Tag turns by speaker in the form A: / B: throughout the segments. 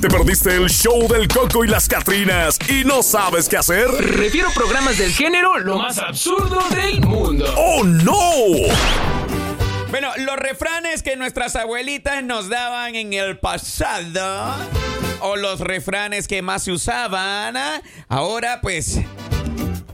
A: ¿Te perdiste el show del Coco y las Catrinas y no sabes qué hacer?
B: Refiero programas del género lo más absurdo del mundo.
A: ¡Oh, no!
C: Bueno, los refranes que nuestras abuelitas nos daban en el pasado, o los refranes que más se usaban, ¿ah? ahora pues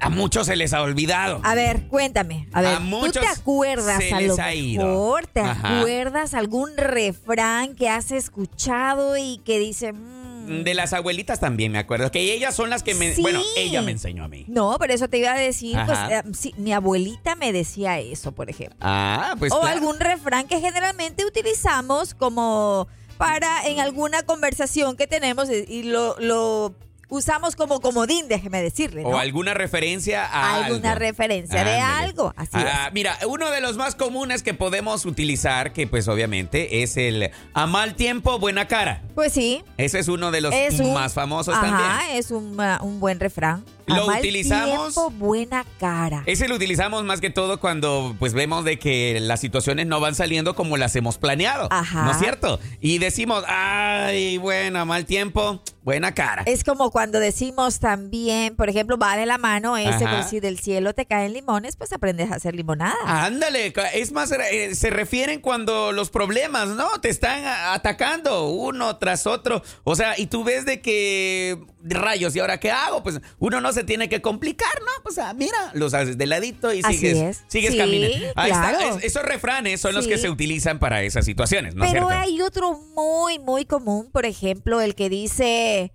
C: a muchos se les ha olvidado.
D: A ver, cuéntame. A ver, ¿tú
C: muchos
D: te acuerdas
C: se
D: a
C: les
D: lo
C: ha ido.
D: mejor? ¿Te
C: Ajá.
D: acuerdas algún refrán que has escuchado y que dice... mm,
C: De las abuelitas también me acuerdo, que ellas son las que me...
D: sí?
C: Bueno, ella me enseñó a mí.
D: No, pero eso te iba a decir, pues,
C: Ajá.
D: eh, sí, mi abuelita me decía eso, por ejemplo.
C: Ah, pues...
D: o
C: claro.
D: algún refrán que generalmente utilizamos como para en alguna conversación que tenemos eh, y lo, lo usamos como comodín, déjeme decirle.
C: O
D: ¿no?
C: alguna referencia a
D: Alguna
C: algo.
D: referencia de
C: Ándale.
D: algo, así
C: Ah, Mira, uno de los más comunes que podemos utilizar, que pues obviamente es el a mal tiempo, buena cara.
D: es. Pues sí.
C: Ese es uno de los
D: es un-
C: más famosos
D: ajá,
C: también.
D: es un, ah, un buen refrán. A
C: Lo
D: mal
C: utilizamos-
D: tiempo, buena cara.
C: Ese lo utilizamos más que todo cuando pues vemos de que las situaciones no van saliendo como las hemos planeado.
D: Ajá.
C: ¿No es cierto? Y decimos, ay, bueno, a mal tiempo, buena cara.
D: Es como cuando decimos también, por ejemplo, va de la mano ese,
C: Ajá.
D: pues, si del cielo te caen limones, pues aprendes a hacer limonada.
C: Ah, Ándale, ca- es más, eh, se refieren cuando los problemas, ¿no? Te están a- atacando uno tras otro. O sea, y tú ves de que rayos, ¿y ahora qué hago? Pues uno no se tiene que complicar, ¿no? Pues ah, mira, los haces de ladito y
D: Así
C: sigues,
D: es.
C: sigues
D: Sí,
C: caminando. Ahí
D: claro.
C: está. Es- esos refranes son los
D: Sí.
C: que se utilizan para esas situaciones, ¿no es
D: Pero
C: cierto?
D: hay otro muy, muy común, por ejemplo, el que dice,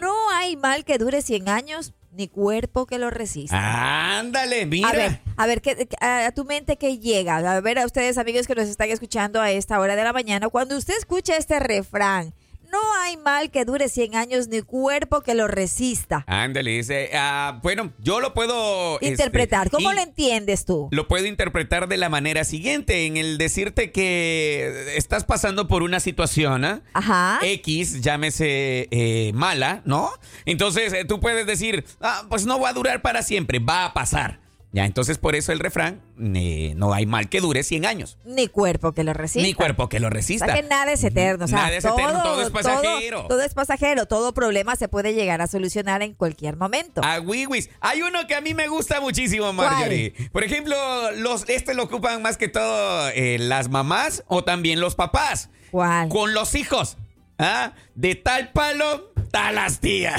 D: no hay mal que dure 100 años, ni cuerpo que lo resista.
C: Ándale, mira.
D: A ver, a ver, ¿qué- qué- a a tu mente que llega? A ver, a ustedes amigos que nos están escuchando a esta hora de la mañana, cuando usted escucha este refrán, no hay mal que dure 100 años, ni cuerpo que lo resista.
C: Ándale, dice, ah, bueno, yo lo puedo... este,
D: Interpretar, ¿cómo
C: y-
D: lo entiendes tú?
C: lo puedo interpretar de la manera siguiente, en el decirte que estás pasando por una situación ¿ah?
D: Ajá.
C: X, llámese eh, mala, ¿no? Entonces eh, tú puedes decir, "Ah, pues no va a durar para siempre, va a pasar. Ya, entonces por eso el refrán, eh, no hay mal que dure 100 años.
D: Ni cuerpo que lo resista.
C: Ni cuerpo que lo
D: O sea,
C: resista.
D: que nada es eterno. O sea,
C: Nada es eterno, todo es pasajero.
D: Todo, es pasajero, todo problema se puede llegar a solucionar en cualquier momento.
C: A Wiwis. Ah, Hay uno que a mí me gusta muchísimo, Marjorie. Por ejemplo, los, este lo ocupan más que todo eh, las mamás o también los papás.
D: ¿Cuál?
C: Con los hijos. ¿Ah? De tal palo, tal astilla.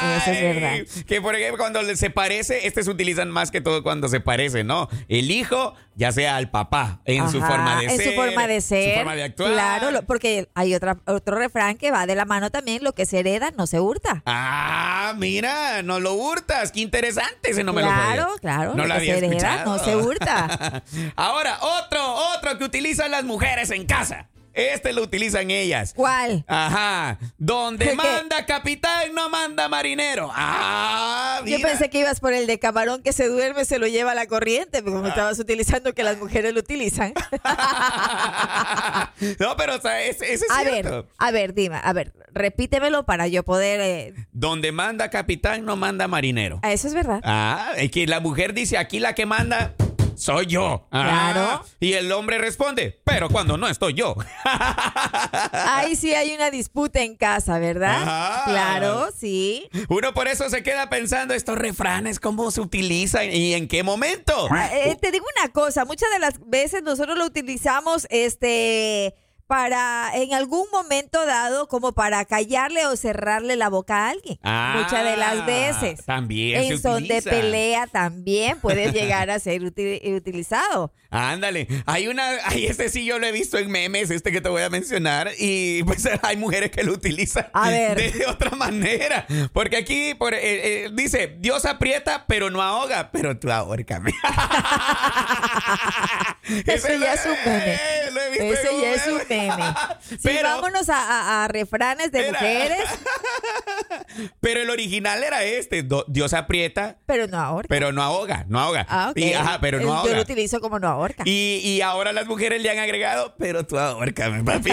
D: Eso es verdad.
C: Que por ejemplo, cuando le- se parece, este se utilizan más que todo cuando se parece, ¿no? El hijo, ya sea al papá, en su
D: Ajá,
C: forma de ser.
D: En su forma de ser.
C: Su forma de actuar.
D: Claro, lo- porque hay otra, otro refrán que va de la mano también, lo que se hereda no se hurta.
C: Ah, mira, no lo hurtas. Qué interesante. Ese no me lo
D: claro,
C: sabía.
D: claro,
C: No
D: lo
C: lo
D: que
C: había
D: se hereda
C: escuchado.
D: no se hurta.
C: Ahora, otro, otro que utilizan las mujeres en casa. Este lo utilizan ellas.
D: ¿Cuál?
C: Ajá. Donde
D: ¿Qué?
C: manda capitán, no manda marinero. Ah, mira.
D: Yo pensé que ibas por el de camarón que se duerme, se lo lleva la corriente, como
C: Ah.
D: estabas utilizando que las mujeres lo utilizan.
C: no, pero o sea, ese, ese es
D: a
C: cierto.
D: ver, a ver, dime, a ver, repítemelo para yo poder... eh,
C: Donde manda capitán, no manda marinero.
D: ah, eso es verdad.
C: Ah, es que la mujer dice, aquí la que manda soy yo. Ah,
D: Claro.
C: Y el hombre responde, pero cuando no estoy yo.
D: Ahí sí hay una disputa en casa, ¿verdad?
C: Ajá.
D: Claro, sí.
C: Uno por eso se queda pensando estos refranes, cómo se utilizan y en qué momento.
D: Ah, eh, te digo una cosa, muchas de las veces nosotros lo utilizamos este para en algún momento dado como para callarle o cerrarle la boca a alguien.
C: Ah,
D: muchas de las veces.
C: también se
D: En son de
C: utiliza.
D: pelea también puede llegar a ser uti- utilizado.
C: Ándale, hay una, hay este sí yo lo he visto en memes, este que te voy a mencionar, y pues hay mujeres que lo utilizan
D: A ver.
C: de, de otra manera, porque aquí por, eh, eh, dice, Dios aprieta pero no ahoga, pero tú ahórcame.
D: Eso
C: Ese
D: ya
C: lo-
D: es un meme.
C: eh, lo he visto
D: Ese
C: en
D: ya es un meme. Sí,
C: Pero-
D: vámonos a, a- a refranes de
C: Era.
D: mujeres,
C: Pero el original era este, do- Dios aprieta
D: pero no ahorca.
C: pero no ahoga, no ahoga.
D: Ah, ok.
C: Y, ajá, pero
D: Eh,
C: no
D: Yo lo
C: ahoga.
D: utilizo como no ahorca.
C: Y, y ahora las mujeres le han agregado, pero tú ahorcame, papi.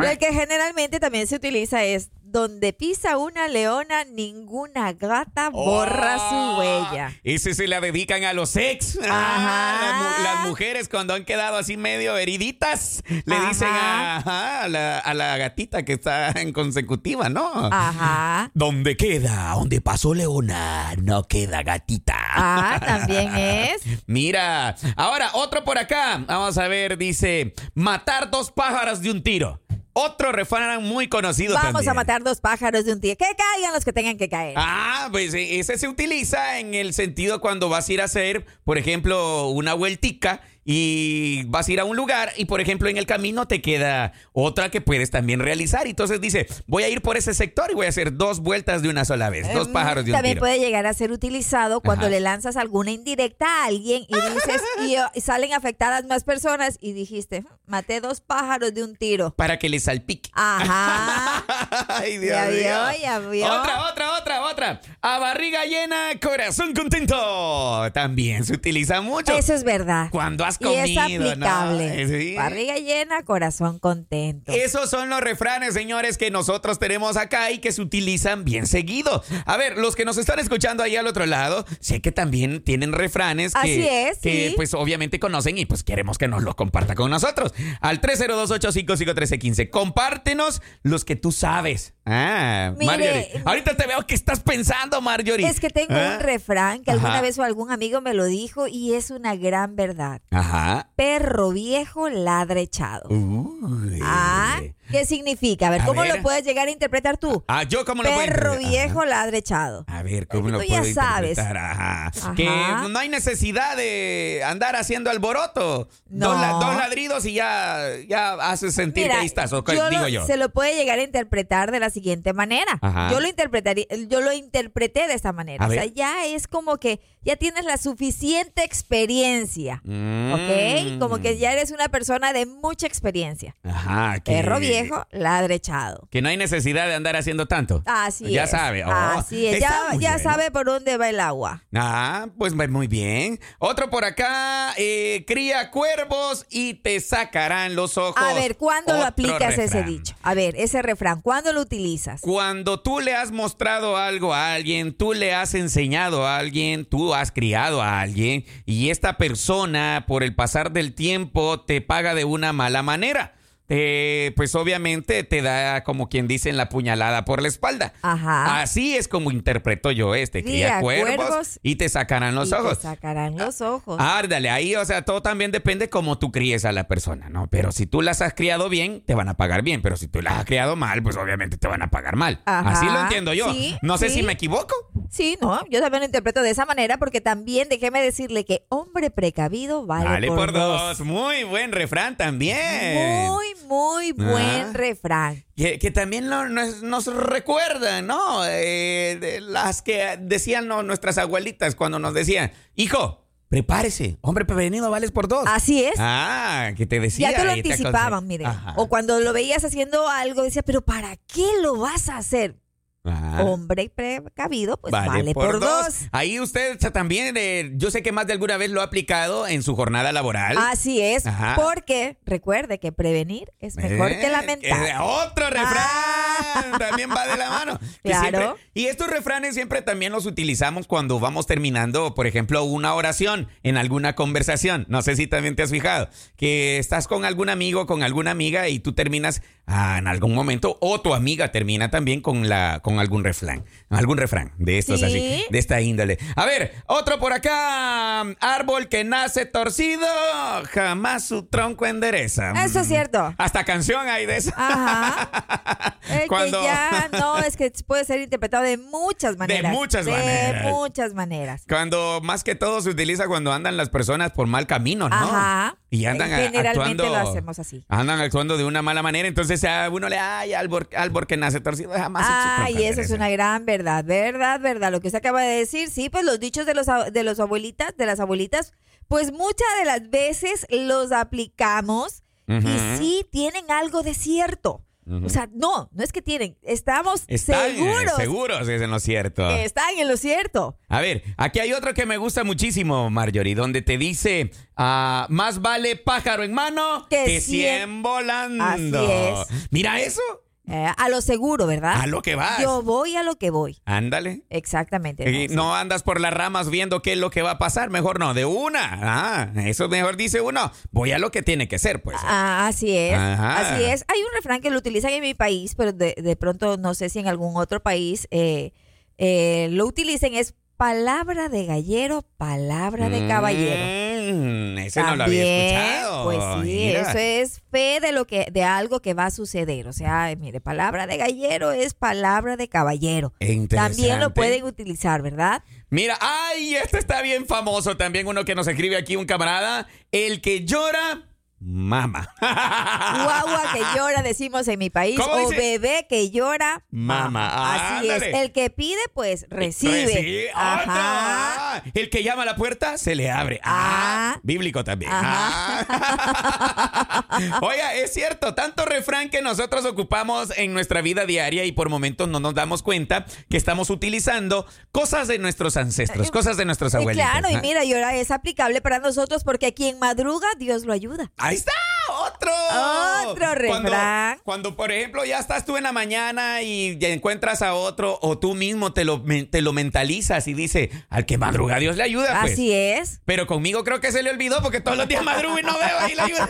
D: Y el que generalmente también se utiliza es donde pisa una leona, ninguna gata borra su
C: Oh,
D: huella.
C: Y si se la dedican a los ex.
D: Ajá.
C: Ah, las mu- las mujeres cuando han quedado así medio heriditas, le
D: Ajá.
C: dicen a, ajá, a la, a la gatita que está en consecutiva, ¿no?
D: Ah. Ajá.
C: ¿Dónde queda? ¿Dónde pasó Leona? No queda gatita.
D: Ah, también es.
C: Mira, ahora otro por acá. Vamos a ver, dice, matar dos pájaros de un tiro. Otro refrán muy conocido
D: Vamos
C: también.
D: a matar dos pájaros de un tiro. Que caigan los que tengan que caer.
C: Ah, pues eh, ese se utiliza en el sentido cuando vas a ir a hacer, por ejemplo, una vueltica y vas a ir a un lugar y, por ejemplo, en el camino te queda otra que puedes también realizar. Entonces dice, voy a ir por ese sector y voy a hacer dos vueltas de una sola vez, dos
D: Mm,
C: pájaros de un
D: También
C: tiro.
D: puede llegar a ser utilizado cuando
C: Ajá.
D: le lanzas alguna indirecta a alguien y dices y, oh, y salen afectadas más personas y dijiste, "Hmm, maté dos pájaros de un tiro.
C: Para que le salpique.
D: Ajá.
C: Ay, Dios
D: Ah.
C: mío.
D: Ya vio, ya vio.
C: Otra, otra, otra, otra. A barriga llena, corazón contento. También se utiliza mucho.
D: Eso es verdad.
C: Cuando has
D: Y
C: comido.
D: es
C: ¿no? Eh,
D: aplicable.
C: Sí.
D: Barriga llena, corazón contento.
C: Esos son los refranes, señores, que nosotros tenemos acá y que se utilizan bien seguido. A ver, los que nos están escuchando ahí al otro lado, sé que también tienen refranes que,
D: Así es,
C: que
D: sí.
C: pues obviamente conocen y pues queremos que nos los comparta con nosotros. Al 302-855-1315. Compártenos los que tú sabes. Ah,
D: Mire,
C: Marjorie. Ahorita te veo que estás pensando, Marjorie.
D: Es que tengo
C: Ah,
D: un refrán que alguna
C: Ajá.
D: vez o algún amigo me lo dijo y es una gran verdad.
C: Ajá.
D: Perro viejo ladra echado.
C: Uy.
D: Ah, ¿qué significa? A ver,
C: A
D: ¿cómo
C: ver.
D: lo puedes llegar a interpretar tú?
C: Ah, yo cómo lo puedo
D: Perro
C: interpretar? Ah,
D: viejo ladrechado.
C: A ver, ¿cómo
D: Tú
C: lo
D: ya
C: puedo
D: sabes.
C: interpretar? Ajá.
D: Ajá.
C: Que no hay necesidad de andar haciendo alboroto.
D: No.
C: Dos, la- dos ladridos y ya, ya haces sentir que ahí estás, ok,
D: yo
C: digo
D: lo-
C: yo.
D: Se lo puede llegar a interpretar de la siguiente manera.
C: Ajá.
D: Yo lo interpretaría, yo lo interpreté de esta manera.
C: A
D: o sea,
C: ver.
D: ya es como que ya tienes la suficiente experiencia.
C: Mm.
D: ¿Ok? Como que ya eres una persona de mucha experiencia.
C: Ajá, que-
D: Perro viejo, ladrechado.
C: Que no hay necesidad de andar haciendo tanto.
D: Así
C: ya
D: es.
C: sabe. Oh,
D: Así es.
C: está
D: Ya,
C: muy
D: ya
C: bueno.
D: sabe por dónde va el agua.
C: Ah, pues va muy bien. Otro por acá, eh, cría cuervos y te sacarán los ojos.
D: A ver, ¿cuándo lo
C: Otro
D: aplicas ese
C: refrán.
D: dicho? A ver, ese refrán, ¿cuándo lo utilizas?
C: Cuando tú le has mostrado algo a alguien, tú le has enseñado a alguien, tú has criado a alguien y esta persona por el pasar del tiempo te paga de una mala manera. Eh, pues obviamente te da como quien dice la puñalada por la espalda.
D: Ajá.
C: Así es como interpreto yo este.
D: Cría
C: Cría cuervos,
D: cuervos
C: y te sacarán los
D: y te
C: ojos. Ah,
D: sacarán los ojos.
C: Árdale, ahí, o sea, todo también depende cómo tú críes a la persona, ¿no? Pero si tú las has criado bien, te van a pagar bien, pero si tú las has criado mal, pues obviamente te van a pagar mal.
D: Ajá.
C: Así lo entiendo yo.
D: Sí,
C: no sé
D: sí.
C: si me equivoco.
D: Sí, no, yo también lo interpreto de esa manera porque también déjeme decirle que hombre precavido vale,
C: Dale por, dos. Muy buen refrán también.
D: Muy, muy
C: Ah.
D: buen refrán.
C: Que, que también lo- nos, nos recuerda, ¿no? Eh, de las que decían no, nuestras abuelitas cuando nos decían, hijo, prepárese, hombre prevenido, vales por dos.
D: Así es.
C: Ah, que te decía.
D: ya te lo
C: y aconse-
D: anticipaban, mire.
C: Ajá.
D: O cuando lo veías haciendo algo, decías, pero ¿para qué lo vas a hacer?
C: Ajá.
D: Hombre precavido, pues vale, por, dos.
C: Ahí usted cha- también, eh, yo sé que más de alguna vez lo ha aplicado en su jornada laboral.
D: Así es,
C: Ajá.
D: porque recuerde que prevenir es mejor
C: Eh,
D: que lamentar. Ah.
C: eh, otro refrán también va de la mano. Que
D: Claro.
C: siempre- y estos refranes siempre también los utilizamos cuando vamos terminando, por ejemplo, una oración en alguna conversación. No sé si también te has fijado que estás con algún amigo, con alguna amiga y tú terminas ah, en algún momento o tu amiga termina también con la con algún refrán, algún refrán de estos
D: Sí.
C: así, de esta índole. A ver, otro por acá. Árbol que nace torcido, jamás su tronco endereza. Mm.
D: Eso es cierto.
C: Hasta canción hay de eso.
D: Ajá. Eh,
C: Cuando-
D: Que ya no, es que puede ser interpretado de muchas maneras.
C: muchas
D: de
C: maneras.
D: muchas maneras.
C: Cuando más que todo se utiliza cuando andan las personas por mal camino, ¿no?
D: Ajá.
C: Y andan a-
D: Generalmente
C: actuando.
D: lo hacemos así.
C: Andan actuando de una mala manera, entonces a uno le ay árbol, árbol que nace torcido jamás. se
D: Ay,
C: chupa,
D: eso es
C: pereza".
D: una gran verdad, verdad, verdad. Lo que usted acaba de decir, sí, pues los dichos de los a- de los abuelitas, de las abuelitas, pues muchas de las veces los aplicamos y sí tienen algo de cierto. O sea, no, no es que tienen, estamos
C: Están eh,
D: seguros
C: seguros, es en lo cierto.
D: que están en lo cierto.
C: A ver, aquí hay otro que me gusta muchísimo, Marjorie, donde te dice, ah, más vale pájaro en mano
D: Que
C: que
D: cien-
C: cien volando.
D: Así es.
C: Mira eso.
D: Eh, a lo seguro, ¿verdad?
C: A lo que vas.
D: Yo voy a lo que voy.
C: Ándale.
D: Exactamente.
C: Y
D: no,
C: no andas por las ramas viendo qué es lo que va a pasar. Mejor no, de una. Ah, eso mejor dice uno. Voy a lo que tiene que ser, pues.
D: Ah, así es,
C: Ajá.
D: así es. Hay un refrán que lo utilizan en mi país, pero de, de pronto no sé si en algún otro país eh, eh, lo utilicen. Es palabra de gallero, palabra de caballero.
C: Mm, ese no lo había
D: También,
C: escuchado.
D: Pues sí,
C: Mira.
D: eso es fe de lo que, de algo que va a suceder. O sea, mire, palabra de gallero es palabra de caballero.
C: Eh, interesante.
D: También lo pueden utilizar, ¿verdad?
C: Mira, ay, este está bien famoso también. Uno que nos escribe aquí, un camarada. El que llora, mama.
D: Guagua que llora, decimos en mi país,
C: ¿Cómo
D: o
C: dice?
D: bebé que llora, ah,
C: Mama.
D: Así es.
C: Ándale.
D: El que pide, pues recibe.
C: Recibe.
D: Ajá.
C: ¡Anda! El que llama a la puerta se le abre.
D: Ah.
C: Ah, bíblico también.
D: Ajá.
C: Ah. Oiga, es cierto, tanto refrán que nosotros ocupamos en nuestra vida diaria y por momentos no nos damos cuenta que estamos utilizando cosas de nuestros ancestros, cosas de nuestros
D: Y
C: abuelitos.
D: Eh, claro, y
C: Ah.
D: mira, y ahora es aplicable para nosotros porque quien madruga, Dios lo ayuda.
C: Ahí está, otro.
D: Otro
C: Cuando-
D: refrán.
C: Cuando, por ejemplo, ya estás tú en la mañana y ya encuentras a otro o tú mismo te lo, men- te lo mentalizas y dice, al que madruga Dios le ayuda. pues".
D: Así es.
C: Pero conmigo creo que se le olvidó porque todos los días madrugo y no veo ahí la ayuda.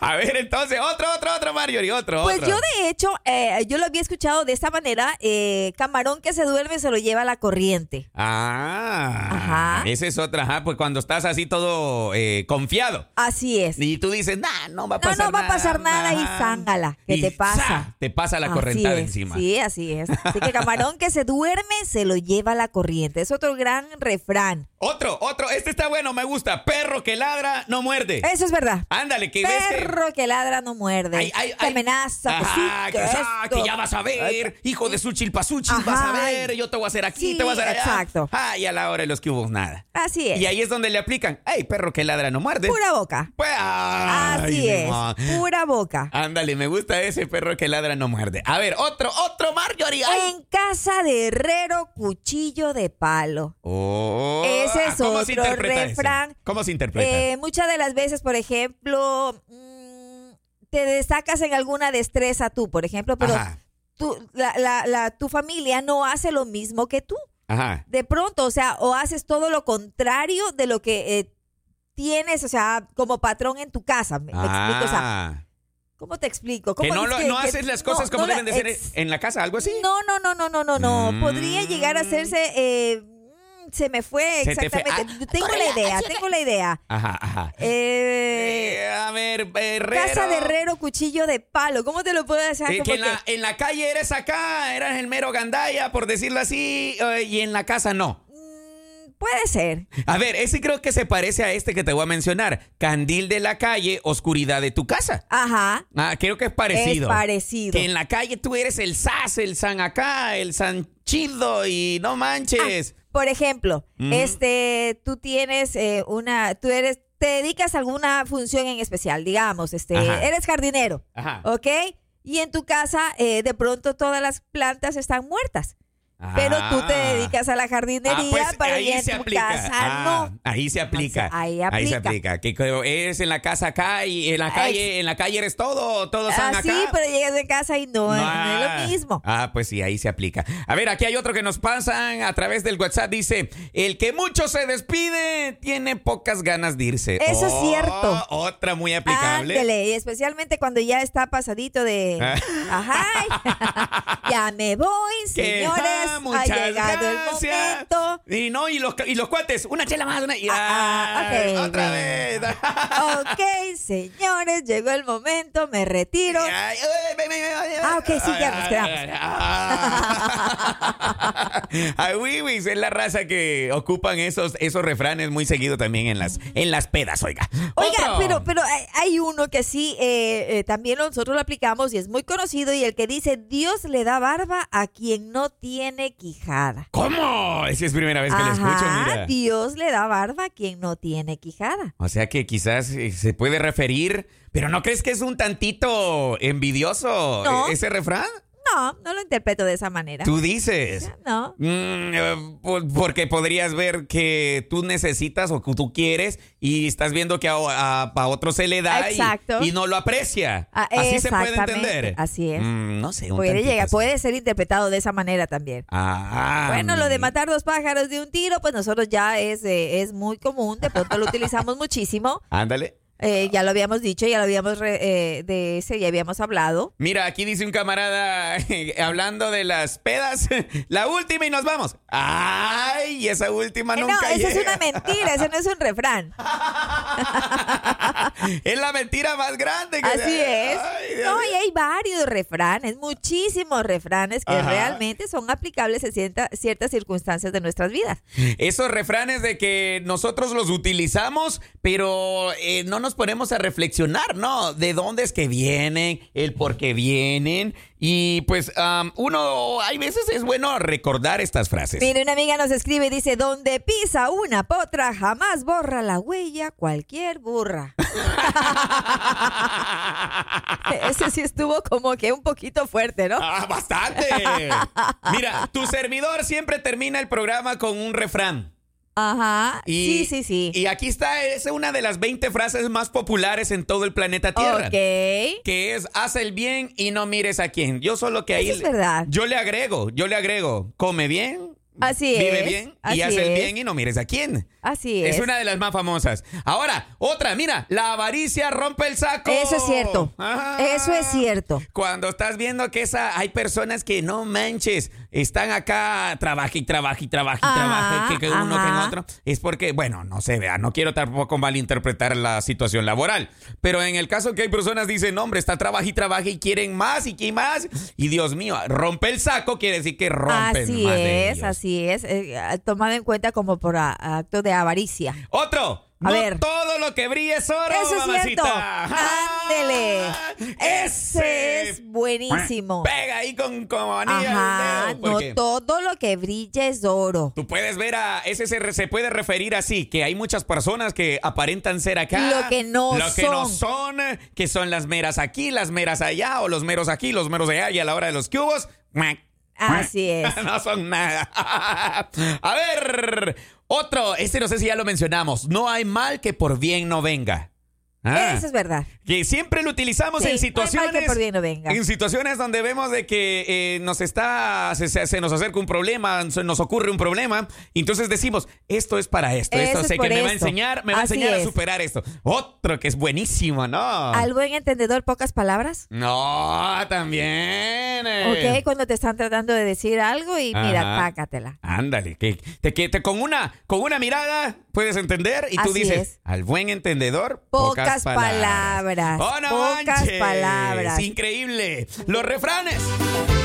C: a ver, entonces, otro, otro, otro, Mario, y otro.
D: Pues
C: otro.
D: yo de hecho, eh, yo lo había escuchado de esta manera, eh, camarón que se duerme se lo lleva la corriente.
C: Ah,
D: Ajá.
C: esa es otra, ajá, pues cuando estás así todo eh, confiado
D: Así es.
C: y tú dices, nah, no va a
D: No, no
C: pasar nada.
D: va a pasar nada, y
C: ajá".
D: zángala, que
C: Y
D: te pasa.
C: ¡za! Te pasa la
D: Así
C: correntada
D: es,
C: encima.
D: Sí, así es. Así que camarón que se duerme se lo lleva la corriente. Es otro gran refrán.
C: Otro, otro, este está bueno, me gusta. Perro que ladra, no muerde.
D: Eso es verdad.
C: Ándale, que ves que...
D: Perro que ladra no muerde.
C: Ay, ay,
D: que
C: ay.
D: amenaza. que sí,
C: Ajá,
D: que
C: que, sa-
D: esto.
C: que ya vas a ver. Hijo de su chilpasuchi,
D: Ajá,
C: vas a ver.
D: ay.
C: Yo te voy a hacer aquí,
D: Sí,
C: te voy a hacer allá.
D: exacto.
C: Ay, a la hora de los que hubo nada.
D: Así es.
C: Y ahí es donde le aplican. Ay, perro que ladra no muerde.
D: Pura boca.
C: Pues, ay,
D: Así es.
C: Simón.
D: Pura boca.
C: Ándale, me gusta ese perro que ladra no muerde. A ver, otro, otro, Marjorie. Ay.
D: En casa de herrero, cuchillo de palo.
C: Oh,
D: Ese es
C: ¿cómo se
D: otro
C: interpreta ese?
D: refrán.
C: ¿Cómo se interpreta?
D: Eh, muchas de las veces, por ejemplo, mm, te destacas en alguna destreza tú, por ejemplo, pero
C: Ajá.
D: tú- la- la- la- tu familia no hace lo mismo que tú.
C: Ajá.
D: de pronto, o sea, o haces todo lo contrario de lo que eh, tienes, o sea, como patrón en tu casa. ¿Me, me explico? O sea,
C: Ah.
D: ¿cómo te explico?
C: que
D: ¿Cómo
C: no,
D: es
C: lo- no haces las cosas
D: no,
C: como
D: no la-
C: deben de ser
D: ex-
C: en la casa, algo así.
D: No, no, no, no, no, no, no.
C: Mm.
D: Podría llegar a hacerse... eh, mm, se me fue,
C: Se te fue.
D: exactamente.
C: Ah,
D: Yo tengo la idea, tengo la idea.
C: Ajá, ajá.
D: Eh,
C: Eh, a ver, herrero.
D: casa de herrero, cuchillo de palo. ¿Cómo te lo puedo decir?
C: Eh,
D: Como
C: que en
D: que-
C: la, en la calle eres acá, eras el mero gandaya, por decirlo así, eh, y en la casa no.
D: Mm, puede ser.
C: A ver, ese creo que se parece a este que te voy a mencionar. Candil de la calle, oscuridad de tu casa.
D: Ajá.
C: Ah, creo que es parecido.
D: Es parecido.
C: Que en la calle tú eres el sas, el san acá, el san chido y no manches.
D: Ah, Por ejemplo,
C: Ujú.
D: este, tú tienes eh, una, tú eres, te dedicas a alguna función en especial, digamos, este,
C: Ajá. Ah.
D: eres jardinero,
C: Ajá.
D: ¿ok? Y en tu casa eh, de pronto todas las plantas están muertas, pero tú te
C: Ah.
D: dedicas a la jardinería,
C: Ah, pues,
D: pero
C: ahí
D: ya en
C: se
D: tu
C: aplica.
D: casa
C: Ah,
D: no.
C: Ahí se aplica.
D: Entonces, ahí
C: se
D: aplica.
C: aplica. Que creo, eres en la casa acá y en la calle, en la calle eres todo, todos son
D: Así,
C: acá.
D: Ah, pero llegas de casa y no, no es lo mismo.
C: Ah, pues sí, ahí se aplica. A ver, aquí hay otro que nos pasan a través del WhatsApp. Dice, el que mucho se despide tiene pocas ganas de irse. Oh,
D: Eso es cierto.
C: Otra muy aplicable.
D: Ándele, y especialmente cuando ya está pasadito de...
C: Ah.
D: Ajá, ya me voy,
C: Que,
D: señores,
C: ah,
D: ha
C: muchas
D: llegado
C: gracias.
D: el momento.
C: Y no, y los, y los cuates, una chela más, una... Y,
D: Ah, ah,
C: ah,
D: ok,
C: otra
D: bueno.
C: vez.
D: Ok, señores, llegó el momento, me retiro.
C: Ay, ay, ay, ay, ay, ay.
D: Ah, ok, sí, ya pues, nos
C: Ay,
D: quedamos.
C: ay, ay, ay. Ay, wiwis, es la raza que ocupan esos, esos refranes muy seguido también en las, en las pedas, oiga.
D: Oiga,
C: Otro.
D: pero, pero hay- hay uno que sí, eh, eh, también nosotros lo aplicamos y es muy conocido y el que dice, Dios le da barba a quien no tiene quijada.
C: ¿Cómo? Esa es primera vez que lo escucho, mira.
D: Dios le da barba a quien no tiene quijada.
C: O sea que quizás eh, se puede referir, pero ¿no crees que es un tantito envidioso
D: No.
C: eh, ese refrán?
D: No, no lo interpreto de esa manera.
C: Tú dices.
D: No.
C: Mm, eh, por- porque podrías ver que tú necesitas o que tú quieres y estás viendo que a, a- a otro se le da y-
D: Exacto.
C: Y, no lo aprecia.
D: Ah,
C: Así se puede
D: exactamente,
C: entender.
D: así es.
C: Mm, no sé. un
D: Puede
C: tantito
D: llegar,
C: así.
D: puede ser interpretado de esa manera también.
C: Ah,
D: Bueno, lo de matar dos pájaros de un tiro, pues nosotros ya es, eh, es muy común, de pronto lo utilizamos muchísimo,
C: Ándale.
D: Eh, ya lo habíamos dicho, ya lo habíamos re- eh, de ese, ya habíamos hablado.
C: Mira, aquí dice un camarada hablando de las pedas. La última y nos vamos. Ay, esa última
D: Eh,
C: Ah, nunca
D: no, eso es
C: llega.
D: una mentira, eso no es un refrán.
C: Es la mentira más grande. que-
D: Así es.
C: Ay, Dios
D: No,
C: mío.
D: y hay varios refranes, muchísimos refranes que
C: Ajá.
D: realmente son aplicables en cienta- ciertas circunstancias de nuestras vidas.
C: Esos refranes de que nosotros los utilizamos, pero eh, no nos ponemos a reflexionar, ¿no? De dónde es que vienen, el por qué vienen. Y pues am, uno, hay veces es bueno recordar estas frases.
D: Mire, una amiga nos escribe y dice, donde pisa una potra, jamás borra la huella cualquier burra. Ese sí estuvo como que un poquito fuerte, ¿no?
C: Ah, bastante. Mira, tu servidor siempre termina el programa con un refrán.
D: Ajá.
C: Y-
D: sí, sí, sí.
C: Y aquí está, es una de las 20 frases más populares en todo el planeta Tierra.
D: ok.
C: que es haz el bien y no mires a quién. Yo solo que ahí
D: Eso es verdad.
C: yo le agrego, yo le agrego, come bien,
D: Así
C: vive
D: es,
C: bien y
D: así
C: haz el
D: es.
C: bien y no mires a quién.
D: Así
C: Es.
D: es.
C: una de las más famosas. Ahora, otra, mira, la avaricia rompe el saco. Ah.
D: Eso es cierto.
C: Ajá.
D: Eso es cierto.
C: Cuando estás viendo que esa, hay personas que no manches, están acá, trabaja y trabaja y trabaja y
D: Ajá,
C: trabaja, que, que uno que en
D: ajá.
C: otro. Es porque, bueno, no se vea, no quiero tampoco malinterpretar la situación laboral. Pero en el caso que hay personas dicen, "No, hombre, está trabaja y trabaja y quieren más y quieren más. Y Dios mío, rompe el saco quiere decir que rompen
D: Así
C: más de
D: es,
C: ellos.
D: así es. Eh, tomado en cuenta como por a- acto de avaricia.
C: Otro.
D: A
C: no
D: ver.
C: todo lo que brille es oro,
D: Eso es cierto.
C: mamacita.
D: Ándele. Ese es buenísimo.
C: Pega ahí con, con anillo al
D: Ajá,
C: dedo,
D: no
C: porque
D: todo lo que brilla es oro.
C: Tú puedes ver a ese se, se puede referir así, que hay muchas personas que aparentan ser acá.
D: Lo que no
C: lo que no son,
D: son.
C: que son las meras aquí, las meras allá, o los meros aquí, los meros allá, y a la hora de los cubos,
D: Así es.
C: no son nada. a ver, otro, este no sé si ya lo mencionamos, no hay mal que por bien no venga. Ah.
D: Eso es verdad.
C: Que siempre lo utilizamos
D: Sí,
C: en
D: no hay mal que
C: situaciones.
D: por bien no venga.
C: En situaciones donde vemos de que eh, nos está. Se, se- se nos acerca un problema, se nos ocurre un problema. y entonces decimos, esto es para esto.
D: Eso
C: esto
D: es
C: sé que
D: por
C: me va a
D: esto.
C: enseñar, me va a
D: Así
C: enseñar a
D: es.
C: superar esto. Otro que es buenísimo, ¿no?
D: Al buen entendedor, pocas palabras.
C: No, también. eh.
D: Ok, cuando te están tratando de decir algo y mira,
C: Ajá.
D: pácatela.
C: Ándale, que, te, que te- con, una, con una mirada puedes entender y tú
D: Así
C: dices,
D: es.
C: al buen entendedor, pocas,
D: Pocas
C: palabras.
D: palabras,
C: ¡Oh, no
D: pocas
C: manches!
D: palabras.
C: Increíble. Los refranes,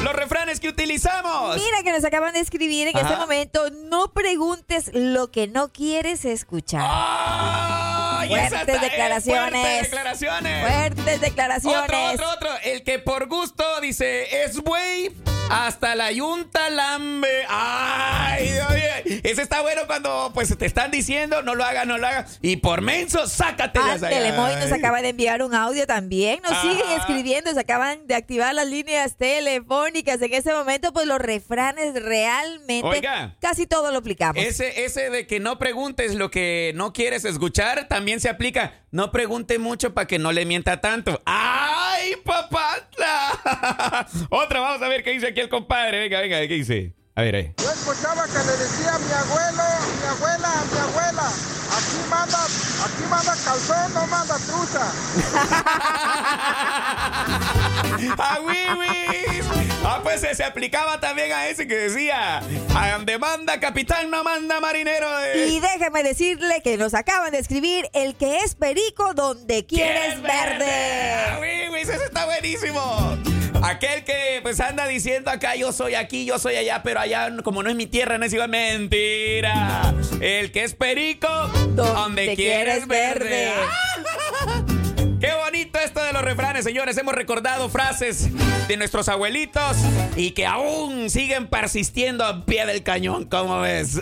C: los refranes que utilizamos.
D: Mira que nos acaban de escribir en
C: Ajá.
D: este momento, no preguntes lo que no quieres
C: Oh,
D: escuchar.
C: ¡Ay, esa
D: Fuertes
C: está- eh,
D: declaraciones.
C: fuertes declaraciones.
D: Fuertes declaraciones.
C: eh. Otro, otro, otro. El que por gusto dice es güey. Hasta la yunta lambe. Ay, Dios mío. Ese está bueno cuando pues te están diciendo no lo hagas, no lo hagas. Y por menso, sácate
D: Ah, Telemoy nos acaba de enviar un audio también. Nos
C: Ah.
D: siguen escribiendo, se acaban de activar las líneas telefónicas. En ese momento, pues los refranes realmente
C: Oiga.
D: casi todo lo aplicamos.
C: Ese, ese de que no preguntes lo que no quieres escuchar también se aplica. No pregunte mucho para que no le mienta tanto. ¡Ay, papá! Otra, vamos a ver qué dice aquí el compadre. Venga, venga, ¿qué dice? A ver, ahí.
E: Yo escuchaba que le decía a mi abuelo, a mi abuela, a mi abuela, aquí manda, aquí manda calzón, no manda trucha.
C: ¡A Wiwis! Ah, pues se, se aplicaba también a ese que decía: A donde manda capitán, no manda marinero. eh".
D: Y déjame decirle que nos acaban de escribir el que es perico donde quieres
C: ¡A
D: verde.
C: Wiwis! Ah, ¡Eso está buenísimo! Aquel que pues anda diciendo acá yo soy aquí, yo soy allá, pero allá como no es mi tierra, no es igual. Mentira. El que es perico, donde, quieres,
D: quieres
C: verde. Ah,
D: verde.
C: Qué bonito esto de los refranes, señores. Hemos recordado frases de nuestros abuelitos y que aún siguen persistiendo a pie del cañón, ¿cómo ves?